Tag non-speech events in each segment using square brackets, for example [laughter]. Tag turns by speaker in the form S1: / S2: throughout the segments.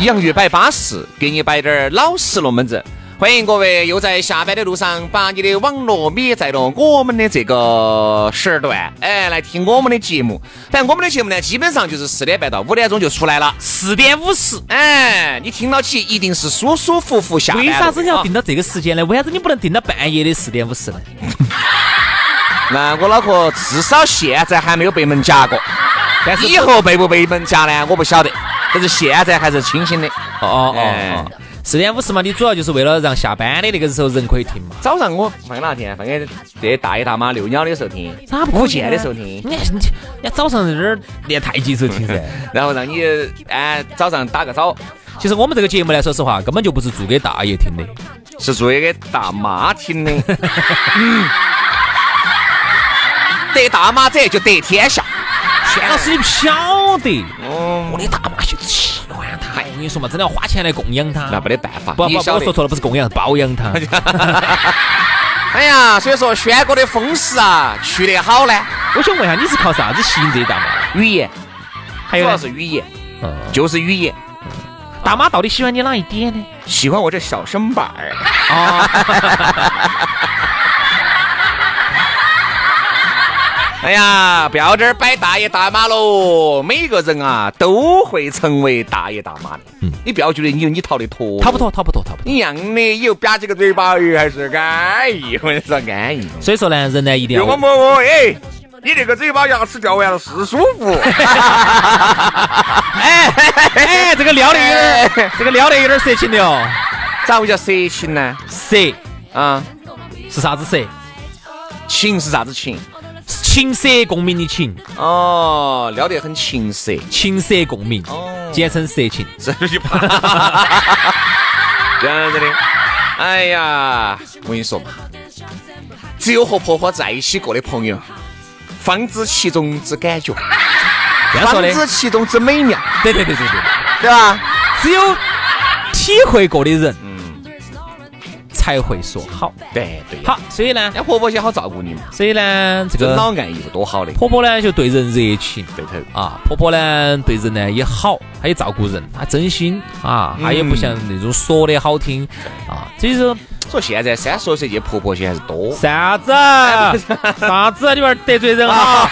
S1: 洋芋摆巴适，给你摆点儿老实龙门阵。欢迎各位又在下班的路上，把你的网络灭在了我们的这个时段，哎，来听我们的节目。但我们的节目呢，基本上就是四点半到五点钟就出来了，
S2: 四点五十。
S1: 哎，你听到起一定是舒舒服服下班
S2: 为
S1: 了。
S2: 啥子你
S1: 啊
S2: 要定到这个时间呢？为啥子你不能定到半夜的四点五十呢？
S1: 那我脑壳至少现在还没有被门夹过，但是以后被不被门夹呢？我不晓得，但是现在还是清醒的。
S2: 哦哦
S1: 哎
S2: 哦哦，四点五十嘛，你主要就是为了让下班的那个时候人可以听嘛。
S1: 早上我放哪天？放给这大爷大妈遛鸟的时候听，
S2: 咋不
S1: 午间的时候听。
S2: 你看你，你早上在这儿练太极时候听噻。
S1: [laughs] 然后让你哎早上打个早，
S2: 其实我们这个节目呢，说实话，根本就不是做给大爷听的。
S1: 是做一个大妈
S2: [laughs]
S1: 听的。嗯，得大妈者就得天下。
S2: 轩老师，你不晓得，
S1: 嗯，
S2: 我的大妈就是喜欢他。我跟你说嘛，真的要花钱来供养他。
S1: 那没得办法，
S2: 不不，
S1: 你
S2: 不我
S1: 晓
S2: 说
S1: 得。
S2: 错了，不是供
S1: [laughs]
S2: 养，包养他。
S1: 哎呀，所以说轩哥的风势啊，去得好呢。
S2: 我想问一下，你是靠啥子吸引这些大妈？
S1: 语言，
S2: 还
S1: 主
S2: 有
S1: 要
S2: 呢，
S1: 是语言，
S2: 嗯
S1: 就是语言。
S2: 大妈到底喜欢你哪一点呢？
S1: 喜欢我这小身板儿，
S2: 啊，
S1: 哎呀，不要这儿摆大爷大妈喽！每个人啊都会成为大爷大妈的，你不要觉得你你逃得脱，
S2: 逃不脱，逃不脱，逃不脱。
S1: 一样的，以后吧唧个嘴巴儿还是安逸，我跟你说安逸。
S2: 所以说呢，人呢一定
S1: 有
S2: 要
S1: 我摸摸，哎，你这个嘴巴牙齿掉完了是舒服。 [laughs] 哎，
S2: 哎，这个撩的有点儿，这个撩的有点儿色情的哦。
S1: 咋会叫色情呢？
S2: 色
S1: 啊，
S2: 是啥子色？
S1: 情是啥子情？
S2: 琴瑟共鸣的琴，
S1: 哦，撩得很情色，
S2: 琴瑟共鸣，
S1: 哦
S2: 简称色情。
S1: [laughs] 这就怕。这样子的，哎呀，我跟你说嘛，只有和婆婆在一起过的朋友，方知其中之感觉，
S2: 这样
S1: 方
S2: 说的，
S1: 知其中之美妙，
S2: 对对对对对，
S1: 对吧？
S2: 只有体会过的人，
S1: 嗯
S2: 才会说好。
S1: 对对呀。
S2: 好，所以呢，
S1: 那婆婆些好照顾你嘛，
S2: 所以呢，这
S1: 这
S2: 个
S1: 老安逸有多好的，
S2: 婆婆呢就对人热情。
S1: 对头。
S2: 啊，婆婆呢对人呢也好，她也照顾人，她真心啊，
S1: 嗯
S2: 她也不像那种说的好听啊。所以说
S1: 所以现在三十多岁这婆婆些还是多。
S2: 啥子？
S1: 哎
S2: 啥子？你玩得罪人
S1: [laughs]
S2: 啊！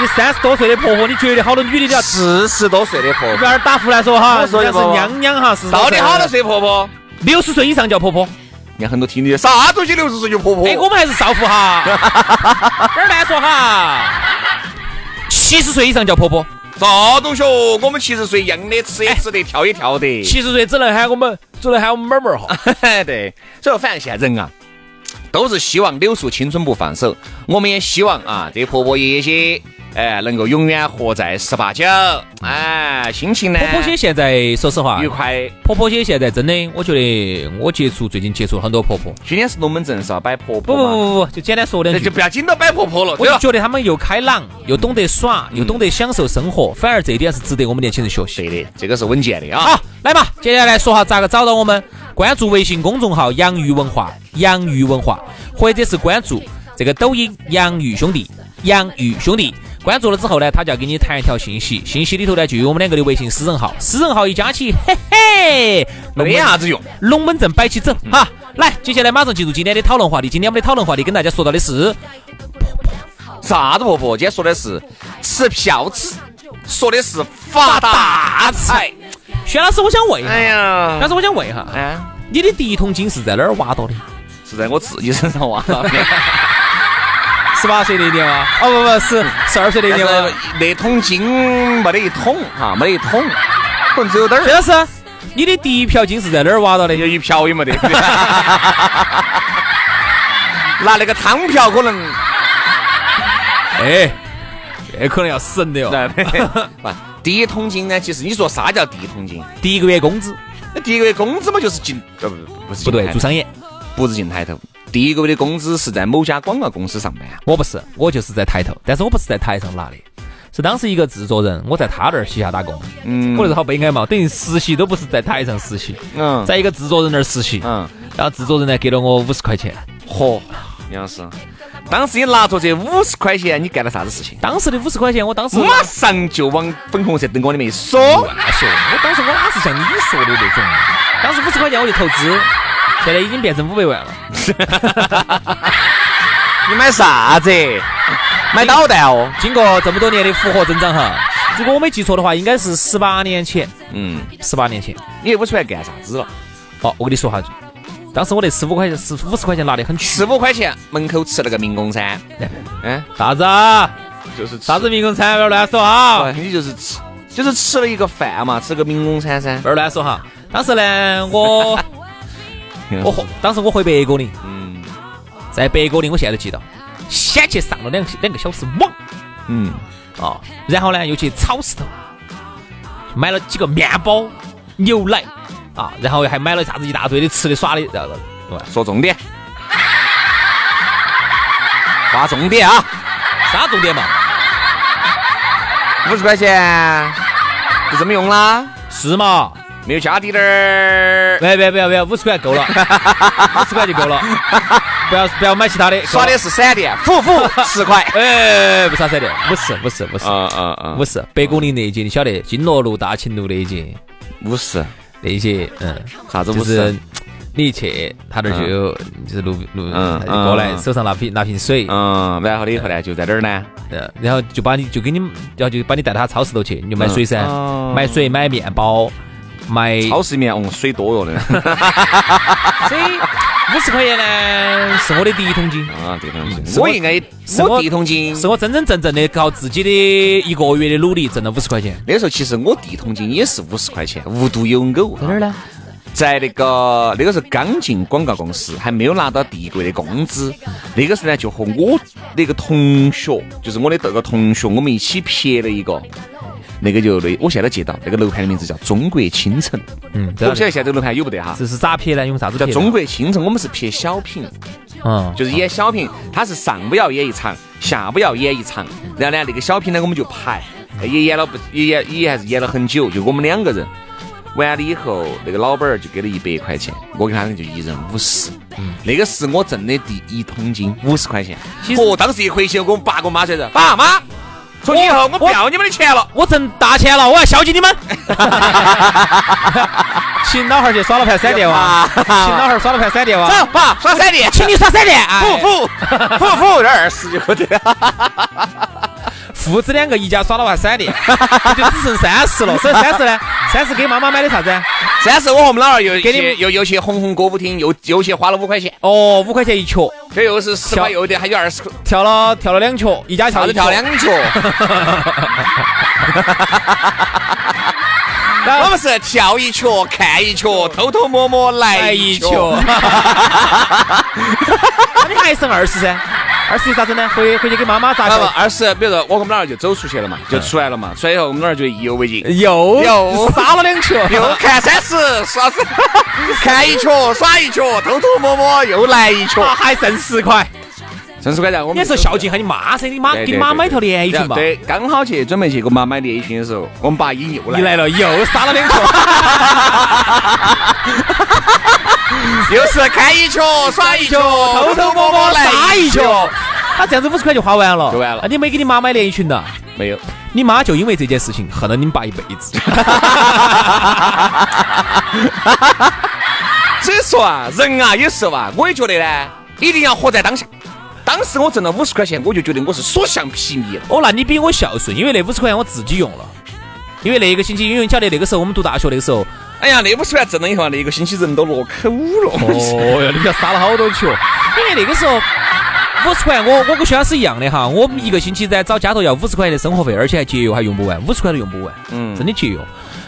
S2: 你三十多岁的婆婆，你觉得好多女的都要
S1: 四十多岁的婆
S2: 不要打胡乱说哈，
S1: 我
S2: 人
S1: 说
S2: 家
S1: 的
S2: 是娘娘哈，是哦
S1: 到底好多？岁婆婆？
S2: 六十岁以上叫婆婆。
S1: 你看很多听的啥东西六十岁就婆婆？
S2: 哎，我们还是少妇 [laughs] 哈，哪儿乱说哈？七十岁以上叫婆婆，
S1: 啥东西哦？我们七十岁一样的，吃也吃得，跳也跳得。
S2: 七十岁只能喊我们，只能喊我们妹妹儿哈。
S1: [laughs] 对，所以说反正现在人啊，都是希望留住青春不放手。我们也希望啊，这婆婆爷爷些，哎，能够永远活在十八九，哎，心情呢
S2: 婆婆些现在说实话
S1: 愉，快。
S2: 婆婆些现在真的，我觉得我接触最近接触很多婆婆。
S1: 今天是龙门阵是要摆婆
S2: 不
S1: 婆
S2: 不
S1: 吗？
S2: 不不，就简单说两
S1: 那
S2: 句
S1: 就。不要紧到摆婆婆了，
S2: 我
S1: 对
S2: 就
S1: 吧？
S2: 觉得他们又开朗，又懂得耍，又懂得享受生活，反而这一点是值得我们年轻人学习。
S1: 对的，这个是稳健的啊
S2: 好。，来嘛，接下来说下咋个找到我们？关注微信公众号“洋芋文化”，洋芋文化，或者是关注这个抖音“洋芋兄弟”，洋芋兄弟。关注了之后呢，他就要给你弹一条信息，信息里头呢就有我们两个的微信私人号，私人号一加起，嘿嘿，
S1: 没啥子用。
S2: 龙门阵摆起走哈！来，接下来马上进入今天的讨论话题。今天我们的讨论话题跟大家说到的是
S1: 啥子婆婆？今天说的是吃票子，说的是发大财。
S2: 轩老师，我想问一下，
S1: 哎呀
S2: 轩老，师，我想问一下，
S1: 哎，
S2: 你的第一桶金是在哪儿挖到的？
S1: 是在我自己身上挖的。
S2: [laughs] 十八岁那年吗？哦，不不，是十二岁那
S1: 但
S2: 年吗
S1: 是？那桶金没得一桶哈，没得一桶，可能只有点 [laughs]
S2: 薛
S1: 儿，
S2: 老师，你的第一瓢金是在哪儿挖到的？
S1: 有一瓢也没得。拿那个汤瓢可能，
S2: 哎，这可能要死人的哟。
S1: 不，第一桶金呢？其实你说啥叫第一桶金？
S2: 第一个月工资
S1: 那第一个月工资嘛，就是进，呃，不不是
S2: 不
S1: 进
S2: 对，
S1: 抬
S2: 做
S1: 头，
S2: 商业，
S1: 不是进抬头。第一个月的工资是在某家广告公司上班，
S2: 我不是，我就是在台头，但是我不是在台上拿的，是当时一个制作人，我在他那儿旗下打工。嗯，我觉得好悲哀嘛，等于实习都不是在台上实习，
S1: 嗯，
S2: 在一个制作人那儿实习。
S1: 嗯，
S2: 然后制作人呢给了我五十块钱，
S1: 嚯，杨老师，当时你拿着这五十块钱，你干了啥子事情？
S2: 当时的五十块钱，我当时
S1: 马上就往粉红色灯光里面一缩，
S2: 乱说，我当时我哪是像你说的那种，啊当时五十块钱我就投资，现在已经变成五百万了。
S1: 你买啥子？买导弹哦。
S2: 经过这么多年的复合增长哈，如果我没记错的话，应该是十八年前，
S1: 嗯，
S2: 十八年前。
S1: 你又不出来干啥子了？
S2: 好，我跟你说哈，当时我那十五块钱、十五十块钱拿的很屈
S1: 十。五块钱门口吃了个民工餐，嗯，
S2: 啥子？
S1: 就是吃
S2: 啥子民工餐？不要乱说啊！
S1: 你就是吃，就是吃了一个饭嘛，吃个民工餐噻
S2: 不。要乱说哈。当时呢，
S1: [laughs]
S2: 我我回，当时我回北果岭，
S1: 嗯
S2: 在北果岭，我现在都记到，先去上了两两个小时网
S1: 嗯，
S2: 啊，然后呢又去超市头买了几个面包、牛奶啊，然后还买了啥子一大堆的吃的耍呃的，然后
S1: 说重点，划重点啊！
S2: 啥重点嘛？
S1: 五十块钱就这么用啦，
S2: 是嘛？
S1: 没有加滴点儿。
S2: 不要不要不要不要，五十块
S1: [laughs]
S2: 够了，五十块就够了，不要不要买其他的，
S1: [laughs] 耍的
S2: 够了
S1: 是闪电，虎虎 [laughs] 十块。
S2: 哎，不啥三的，五十五十五十
S1: 啊啊
S2: 五！十，北宫林那一节你晓得，金罗路、大秦路那一节，
S1: 五十，
S2: 那一节嗯，
S1: 啥子
S2: 就
S1: 五
S2: 是
S1: 十？
S2: 你一去，他那儿就有，就是路路
S1: 啊嗯
S2: 他就过来，
S1: 嗯
S2: 手上拿瓶拿瓶水，
S1: 嗯，然后呢以后呢就在哪儿呢？
S2: 嗯然后就把你就给你，然后就把你带到他超市头去，你就买水噻
S1: 嗯哦，
S2: 买水买面包，买
S1: 超市里面，哦，水多哟 [laughs] 的。
S2: 水，五十块钱呢是我的第一桶金。
S1: 啊，对头
S2: 是
S1: 我
S2: 我
S1: 应该
S2: 是
S1: 我
S2: 我
S1: 第一桶金。
S2: 是我真真正正的靠自己的一个月的努力挣了五十块钱。
S1: 那时候其实我第一桶金也是五十块钱，无独有偶。在哪儿呢？在那个那个时候刚进广告公司，还没有拿到第一个月的工资。那个时候呢，就和我那个同学，就是我的那个同学，我们一起拍了一个。那个就那，我现在记到那个楼盘的名字叫中国清城，
S2: 嗯，
S1: 我
S2: 这
S1: 不晓得现在这个楼盘有不得哈？
S2: 这是咋撇呢？用啥子
S1: 叫
S2: 撇？
S1: 中，国清城，我们是拍小品，
S2: 嗯，
S1: 就是演小品，他是上午要演一场，下午要演一场，然后呢，那个小品呢，我们就排，也演了不，也演也还是演了很久，就我们两个人。完了以后，那个老板儿就给了一百块钱，我给他就一人五十。
S2: 嗯
S1: 那个是我挣的第一桶金，五十块钱。
S2: 其实
S1: 哦，当时一回去，我跟我爸跟我妈说的，爸妈，从今以后我不要你们的钱了。
S2: 我挣大钱了，我要孝敬你们。请老汉儿去耍了盘闪电 [laughs] 哇！请老汉儿耍了盘闪电哇！
S1: 走，爸，耍闪电，
S2: 请你耍闪电！哎
S1: 富富富富，这二十就可
S2: [laughs]
S1: 以了。
S2: 父子两个一家耍了盘闪 [laughs] 电，就只剩三十了。剩三十呢？三十给妈妈买的啥子？
S1: 三十，我和我们老二又
S2: 给你
S1: 去又又去红红歌舞厅，又又去花了五块钱。
S2: 哦，五块钱一球，
S1: 这又是十块
S2: 跳
S1: 又得，还有二十块，
S2: 跳了跳了两球，一家跳
S1: 啥子
S2: 一
S1: 跳
S2: 球
S1: 两球？
S2: 然
S1: [laughs] 我
S2: 后
S1: 们是跳一球，看一 [laughs] 球，偷偷摸摸来
S2: 来
S1: 一
S2: 一
S1: 球
S2: 球。。 [laughs] 那你还剩二十噻，二十咋整呢？回回去给妈妈咋
S1: 那么
S2: 个？
S1: 二十，比如说我和我们老二就走出去 [laughs] 了嘛，就出来了嘛，出来以后我们老二就意犹 [laughs] 未尽，
S2: 又
S1: 又
S2: 杀了两球，
S1: 又看三十，耍 [laughs] 子，看一球，耍一球，偷偷摸摸又来一 [laughs] 球。
S2: 啊还剩十块。
S1: 真是乖蛋，我
S2: 你
S1: 们
S2: 还说孝敬下你妈噻，你妈
S1: 对
S2: 给
S1: 对
S2: 你妈
S1: 对
S2: 买条连衣
S1: 然
S2: 裙
S1: 后
S2: 嘛。
S1: 对，刚好去准备去给我妈买连衣裙的时候，我们爸一又
S2: 你
S1: 来，
S2: 来了，又杀了两球，
S1: 又是看一球，耍一球，偷偷摸摸来
S2: 杀一球
S1: 球。。
S2: 他这样子五十块就花完了，
S1: 就
S3: 啊
S1: 完了
S2: 那你没给你妈买连衣裙呐？
S1: 没有，
S2: 你妈就因为这件事情恨了你们爸一辈子。
S1: 所以说啊，人啊有时候啊，我也觉得呢，一定要活在当下。当时我挣了五十块钱，我就觉得我是所向披靡了。
S3: 哦，那你比我孝顺，因为那五十块钱我自己用了。因为那一个星期，因为你晓得那个时候我们读大学那个时候，
S1: 哎呀，那五十块挣了以后，那个星期人都落口了。
S3: 哦哟，你看撒了好多球。因为那个时候五十块，我我跟薛老师一样的哈，我们一个星期在找家头要五十块钱的生活费，而且还节约，还用不完，五十块都用不完，嗯，真的节约。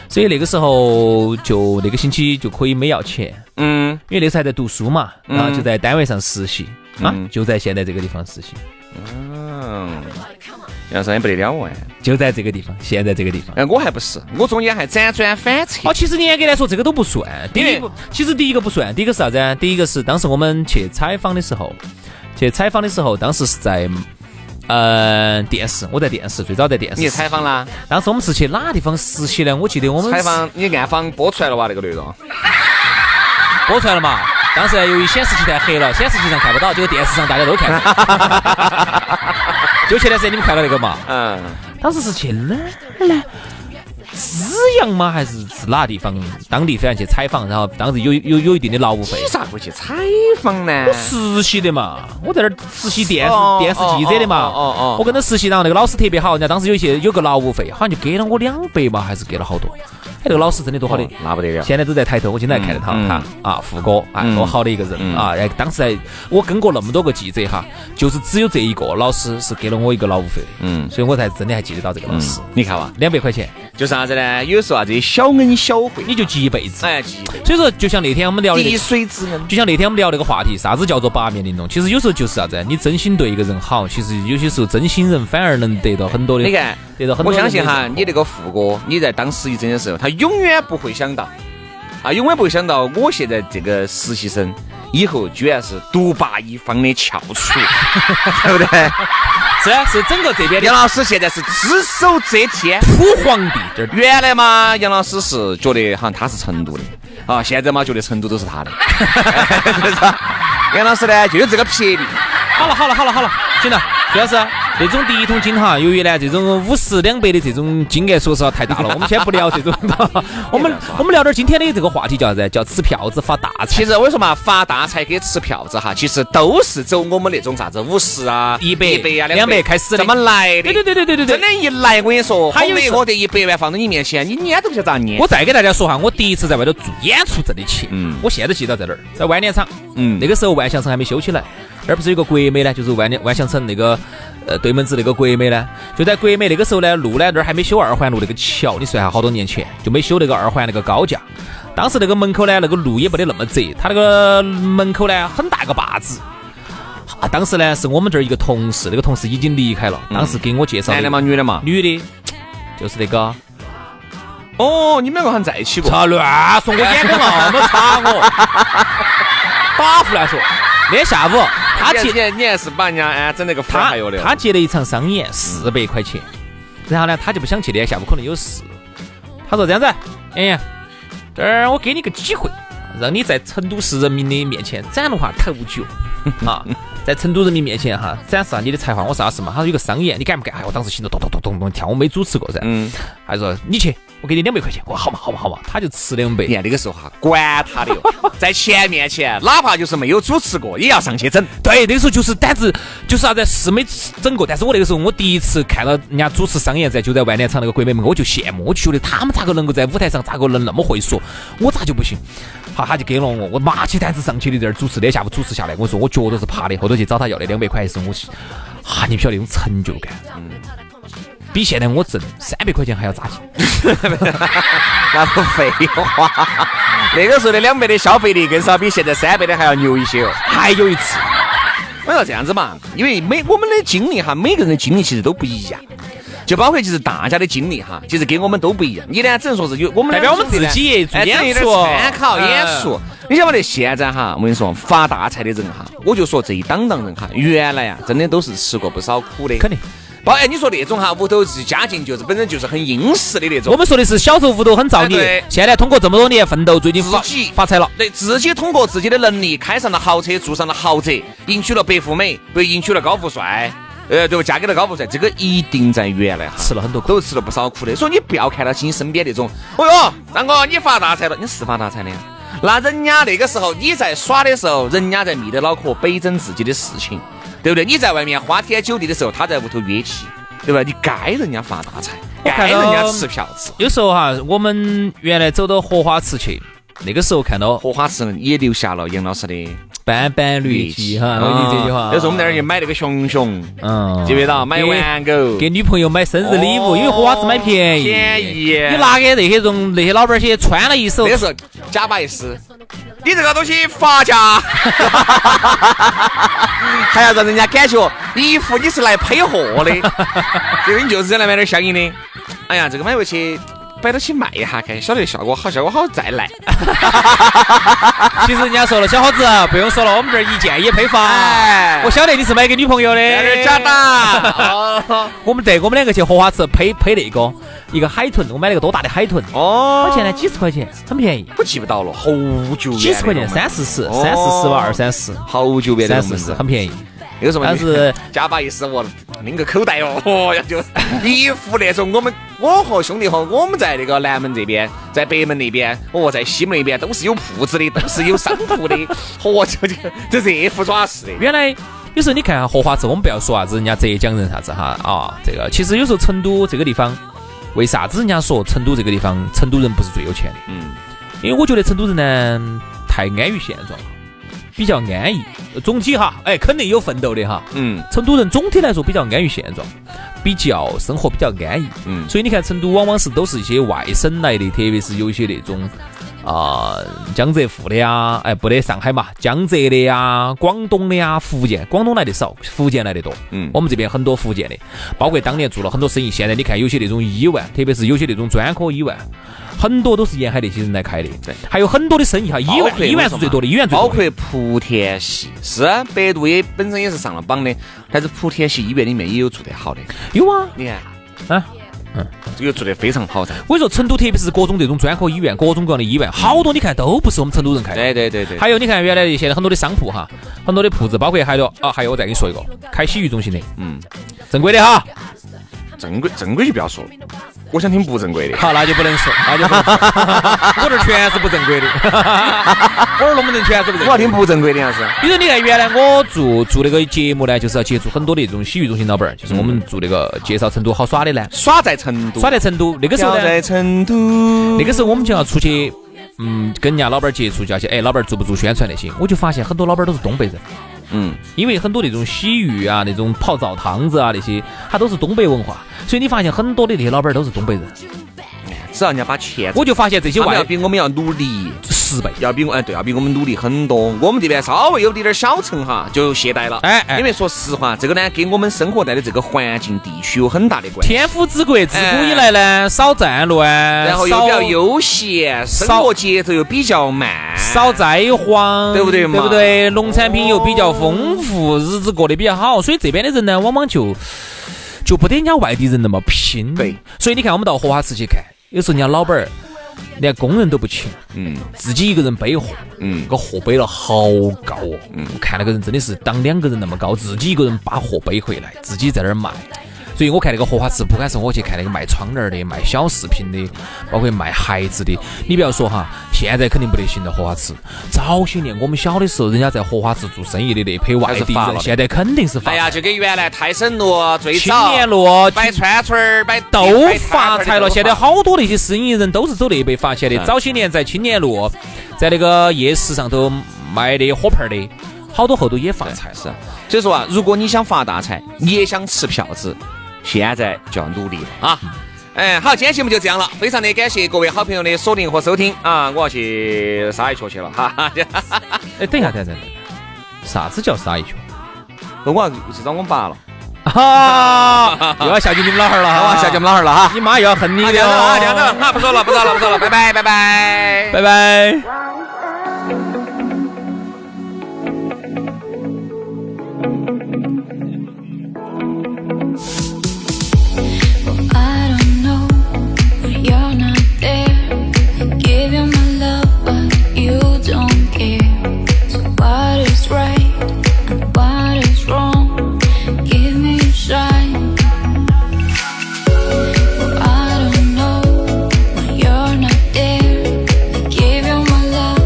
S3: 所以那个时候就那个星期就可以没要钱，
S1: 嗯，
S3: 因为那时候还在读书嘛，然后就在单位上实习啊，就在现在这个地方实习，
S1: 嗯，杨生也不得了哎。
S3: 就在这个地方，现在这个地方。
S1: 哎，我还不是，我中间还辗转反侧。
S3: 哦，其实你严格来说，这个都不算。第一
S1: 因
S3: 个
S1: 为，
S3: 其实第一个不算，第一个是啥子啊？第一个是当时我们去采访的时候，去采访的时候，当时是在呃电视，我在电视，最早在电视。
S1: 你去采访？啦？
S3: 当时我们是去哪个地方实习呢？我记得我们
S1: 采访你暗访播出来了哇？那个内容。
S3: 播出来了嘛。当时由于显示器太黑了，显示器上看不到，结果电视上大家都看 [laughs] 到。就前段时间你们看到那个嘛？
S1: 嗯，
S3: 当时是去哪儿呢？资阳吗？还是是哪个地方？当地非常去采访，然后当时有有有一定的劳务费
S1: 你。咋会去采访呢？
S3: 实习的嘛，我在那儿实习电视
S1: 哦
S3: 电视记者的嘛，
S1: 哦哦哦哦
S3: 我跟他实习，然后那个老师特别好，人家当时有一些有个劳务费，好像就给了我两百嘛，还是给了好多。哎，那个老师真的多好的
S1: 哦，那不得了
S3: 现在都在抬头，我今天还看到他
S1: 嗯
S3: 哈啊，富哥啊，
S1: 嗯
S3: 多好的一个人啊！哎，当时还我跟过那么多个记者哈，就是只有这一个老师是给了我一个劳务费的，
S1: 嗯
S3: 所以我才真的还记得到这个老师，
S1: 你看哇，
S3: 两百块钱
S1: 就是啥子呢？有时候啥子小恩小惠，
S3: 你就记一辈子。
S1: 哎，记一辈子
S3: 所以说，就像那天我们聊的那个
S1: 滴水之恩。
S3: 就像那天我们聊那个话题，啥子叫做八面玲珑？其实有时候就是啥子，你真心对一个人好，其实有些时候真心人反而能得到很多的。
S1: 你看
S3: 得到，很多
S1: 我
S3: 人
S1: 相
S3: 的认可。
S1: 信哈，你那个富哥，你在当实习生的时候，他永远不会想到，啊，永远不会想到我现在这个实习生以后居然是独霸一方的翘楚， [laughs] 对不对？
S3: 是啊是整个这边的
S1: 杨老师现在是只手遮天。
S3: 土皇帝这儿。
S1: 原来嘛，杨老师是觉得好像他是成都的，啊，现在嘛觉得成都都是他的， [laughs] 就是吧杨老师呢就有这个撇力，
S3: 好了好了好了好了，行了，徐老师，这种第一桶金哈，由于呢这种五十两百的这种金额，说实话太大了，我们先不聊这种。
S1: [laughs]
S3: 我们我们聊点今天的这个话题叫啥子？叫吃票子发大财
S1: 其。实我跟你说嘛，发大财跟吃票子哈，其实都是走我们那种啥子五十啊、
S3: 一百
S1: 一百啊、
S3: 两百开始的
S1: 这么来的。
S3: 对对对对对对
S1: 真
S3: 对
S1: 的，。一来我跟你说，
S3: 还有一
S1: 一
S3: 次
S1: 我得一百万放在你面前，你撵都不晓得咋撵。
S3: 我再给大家说哈，我第一次在外头做演出挣的钱，
S1: 嗯
S3: 我现在记到在哪儿，在万年场，
S1: 嗯
S3: 那个时候万象城还没修起来，那儿不是有个国美呢，就是万年万象城那个呃对门子那个国美呢，就在国美那个时候呢，路呢那儿还没修二环路那个桥，你算下好多年前就没修那个二环那个高架，当时那个门口呢，那个路也没得那么窄，它那个门口呢很大个坝子。啊，当时呢是我们这儿一个同事，那个同事已经离开了。当时给我介绍
S1: 男的嘛，女的嘛？
S3: 女的，就是那个
S1: 哦，你们两个好像在一起过。
S3: 操乱啊说，我眼光那么
S1: [laughs]
S3: 差，我打胡乱说。那天下午他
S1: 你
S3: 接
S1: 你你还是把人家安整那个
S3: 他
S1: 还有的。
S3: 他接了一场商演，四百块钱。然后呢，他就不想去，那天下午可能有事。他说这样子，哎呀，这儿我给你个机会，让你在成都市人民的面前展露下头角
S1: [laughs]
S3: 啊，在成都人民面前哈展示下啊你的才华。我说啥事嘛？他说有个商演，你敢不敢？哎，我当时心头咚咚咚咚咚跳，我没主持过噻。
S1: 嗯，
S3: 他说你去，我给你两百块钱。我说好嘛好嘛好嘛，他就吃两百
S1: 你。看那个时候哈，管他的哟，在钱面前，哪怕就是没有主持过，也要上去整。
S3: 对，那个时候就是胆子就是啥子是没整过，但是我那个时候我第一次看到人家主持商演在就在万年场那个国美门，我就羡慕，我就觉得他们咋个能够在舞台上咋个能那么会说，我咋就不行？好，他就给了我，我麻起胆子上去的在那儿主持，那下午主持下来，我说我脚都是趴的，后头去找他要的两百块钱，我是，啊，你不晓得那种成就感。
S1: 嗯
S3: 比现在我挣三百块钱还要扎劲，
S1: 哦那不 [laughs] 废话，那个时候的两百的消费力更少，比现在三百的还要牛一些哦。
S3: 还有一次，
S1: 我说这样子嘛，因为每我们的经历哈，每个人的经历其实都不一样，就包括其实大家的经历哈，其实跟我们都不一样。你呢，只能说是有我们
S3: 代表我们自己
S1: 哎，只
S3: 做
S1: 能有
S3: 演
S1: 点
S3: 出
S1: 参考
S3: 嗯
S1: 演出。你晓不得现在哈，我跟你说，发大财的人哈，我就说这一档档人哈，原来啊，真的都是吃过不少苦的。
S3: 肯定。
S1: 包哎，你说那种哈，屋头是家境就是本身就是很殷实的那种
S3: 我，们说的是小时候屋头很造
S1: 哎
S3: 孽
S1: 对，
S3: 现在通过这么多年奋斗，最近发
S1: 自己
S3: 发财了。
S1: 对自己通过自己的能力开上了豪车，住上了豪宅，迎娶了白富美，不迎娶了高富帅，呃，对吧？嫁给了高富帅，这个一定在原来哈
S3: 吃了很多苦
S1: 都吃了不少苦的。所以你不要看到起你身边那种，哦哟，张哥你发大财了，你是发大财的呀。那人家那个时候你在耍的时候，人家在密得脑壳北整自己的事情，对不对？你在外面花天酒地的时候，他在屋头约起，对吧？你该人家发大财，
S3: 我看
S1: 该
S3: 到
S1: 人家吃票子。
S3: 有时候哈，我们原来走到荷花池去，那个时候看到
S1: 荷花池也留下了杨老师的
S3: 斑斑绿记哈，我记得这句话。
S1: 有时候我们在啊那儿去买那个熊熊，
S3: 嗯，
S1: 记不记得？买玩偶，
S3: 给女朋友买生日礼物，因为荷花池买便
S1: 哦
S3: 宜，
S1: 便宜
S3: 你拿给那些种那些老板些穿了一手
S1: 那，个时候假巴一撕，你这个东西发夹， [laughs] 还要让人家感觉一副你是来配货的，结果你就是在那买点相应的。哎呀，这个买回去摆到起卖一下，看晓得效果好，效果好再来。
S3: 其实人
S1: 啊
S3: 家说了，小伙子不用说了，我们这儿一件也配发。
S1: 哎
S3: 我晓得你是买给女朋友的，
S1: 那是假的。哦
S3: [laughs] 我们对，我们两个去荷花池配配那个一个海豚，我买了个多大的海豚，多少钱
S1: 哦，
S3: 呢？几十块钱，很便宜，
S1: 我记不到了，好久远。
S3: 几十块钱，三，四十，三四十吧，二三十，
S1: 好久哦远的
S3: 三
S1: 龙门
S3: 四十，
S1: 阵。
S3: 很便宜。
S1: 有什么？
S3: 但是
S1: 加把一丝，我拎个口袋哦，哦呀就一副那种我们我和兄弟伙，我们在那个南门这边，在北门那边，哦，在西门那边都是有铺子的，都是有商铺的，嚯，这这这这副爪式的。
S3: 原来有时候你看哈荷花池，我们不要说啥子人家浙江人啥子哈啊，这个其实有时候成都这个地方，为啥子人家说成都这个地方成都人不是最有钱的？
S1: 嗯，
S3: 因为我觉得成都人呢太安于现状了，比较安逸。总体哈，哎，肯定有奋斗的哈。
S1: 嗯
S3: 成都人总体来说比较安于现状，比较生活比较安逸。
S1: 嗯，
S3: 所以你看，成都往往是都是一些外省来的，特别是有一些那种啊、江浙沪的呀，哎，不得上海嘛，江浙的呀，广东的呀，福建，广东来的少，福建来的多。
S1: 嗯
S3: 我们这边很多福建的，包括当年做了很多生意，现在你看有些那种医院，特别是有些那种专科医院。很多都是沿海那些人来开的，
S1: 对
S3: 还有很多的生意哈，医
S1: 包
S3: 院
S1: 括
S3: 医院是最多的，医院最
S1: 包
S3: 多的。
S1: 括莆田系是啊百度也本身也是上了榜的，但是莆田系医院里面也有做得好的，
S3: 有啊，
S1: 你看
S3: 啊，
S1: 这个做得非常好噻。
S3: 我跟你说，成都特别是各种这种专科医院，各种各样的医院，好多你看都不是我们成都人开的。
S1: 对对对哎对，
S3: 还有你看原来一些很多的商铺哈，很多的铺子，包括还有啊，还有我再给你说一个，开洗浴中心的，
S1: 嗯，
S3: 正规的哈。
S1: 正规正规就不要说了，我想听不正规的。
S3: 好，那就不能说，那就不能说， [laughs] 我这儿全是不正规的，我这儿龙门阵全是不正
S1: 我要
S3: 规的。
S1: 听不正规的样子。啊
S3: 比如说你看，原来我做做那个节目呢，就是要接触很多的这种洗浴中心老板儿，就是我们做那个介绍成都好耍的呢，
S1: 耍在成都，
S3: 耍在成都那个时候
S1: 要
S3: 呢，
S1: 在成都。
S3: 那个时候我们就要出去，嗯，跟人家老板儿接触，就要去，哎，老板儿做不做宣传那些，我就发现很多老板儿都是东北人。
S1: 嗯，
S3: 因为很多那种洗浴啊、那种泡澡堂子啊那些，它都是东北文化，所以你发现很多的那些老板都是东北人。
S1: 只要人家把钱，
S3: 我就发现这些
S1: 他们要
S3: 外
S1: 比我们要努力，
S3: 十倍，
S1: 要比我哎对，要比我们努力很多。我们这边稍微有点点小城哈，就懈怠了。
S3: 哎哎
S1: 因为说实话，这个呢，跟我们生活在的这个环境、地区有很大的关系。
S3: 天府之国自古以来呢，少战乱，
S1: 然后又
S3: 少
S1: 比较悠闲，生
S3: 少
S1: 活节奏又比较慢，
S3: 少灾荒，
S1: 对不对嘛
S3: 对不对？农产品又比较丰富，日子过得比较好，所以这边的人呢，往往就就不得人家外地人那么拼。
S1: 对，
S3: 所以你看，我们到荷花池去看，有时候人家老板儿连工人都不请，
S1: 嗯
S3: 自己一个人背货。
S1: 嗯
S3: 那，个货背了好高哦，我看那个人真的是当两个人那么高，自己一个人把货背回来，自己在那儿卖。所以我看那个荷花池，不管是我去看那个卖窗帘儿的、卖小饰品的，包括卖鞋子的，你不要说哈，现在肯定不得行了。荷花池早些年我们小的时候，人家在荷花池做生意的那批外地
S1: 还是发了
S3: 人，
S1: 的
S3: 现在肯定是发
S1: 哎
S3: 了。
S1: 呀，就跟原来泰森路最
S3: 青
S1: 早
S3: 年路
S1: 摆串串儿、摆
S3: 都
S1: 摆
S3: 发
S1: 摊摊儿的
S3: 财了，
S1: 都
S3: 现在
S1: 发
S3: 好多那些生意人都是走那一辈发钱的。早些年在青年路，在那个夜市上头卖的火盆儿的，好多后头也发财了。
S1: 是，所以说啊，如果你想发大财，你也想吃票子，现在就要努力了啊！哎，好，今天节目就这样了，非常的感谢各位好朋友的锁定和收听啊！我要去撒一球去了，哈哈，
S3: 哎，等一下，等一下，等一下，啥子叫撒一 [laughs] 圈？
S1: 我要去找我们爸了，
S3: 哈， [laughs] 又要孝敬你们老汉儿了
S1: 好
S3: 哈，
S1: 啊，下节我们老汉儿了哈，
S3: 你妈又要恨你
S1: 啊，
S3: 了，
S1: 这样子了啊，这样子了，那不说了，不说了，不说了，拜拜，拜拜。
S3: 拜拜。
S4: I don't know, you're not there. I give you my love, but you don't care. So what is right and what is wrong? Give me a shine. I don't know, you're not there. I give you my love.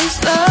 S4: is love.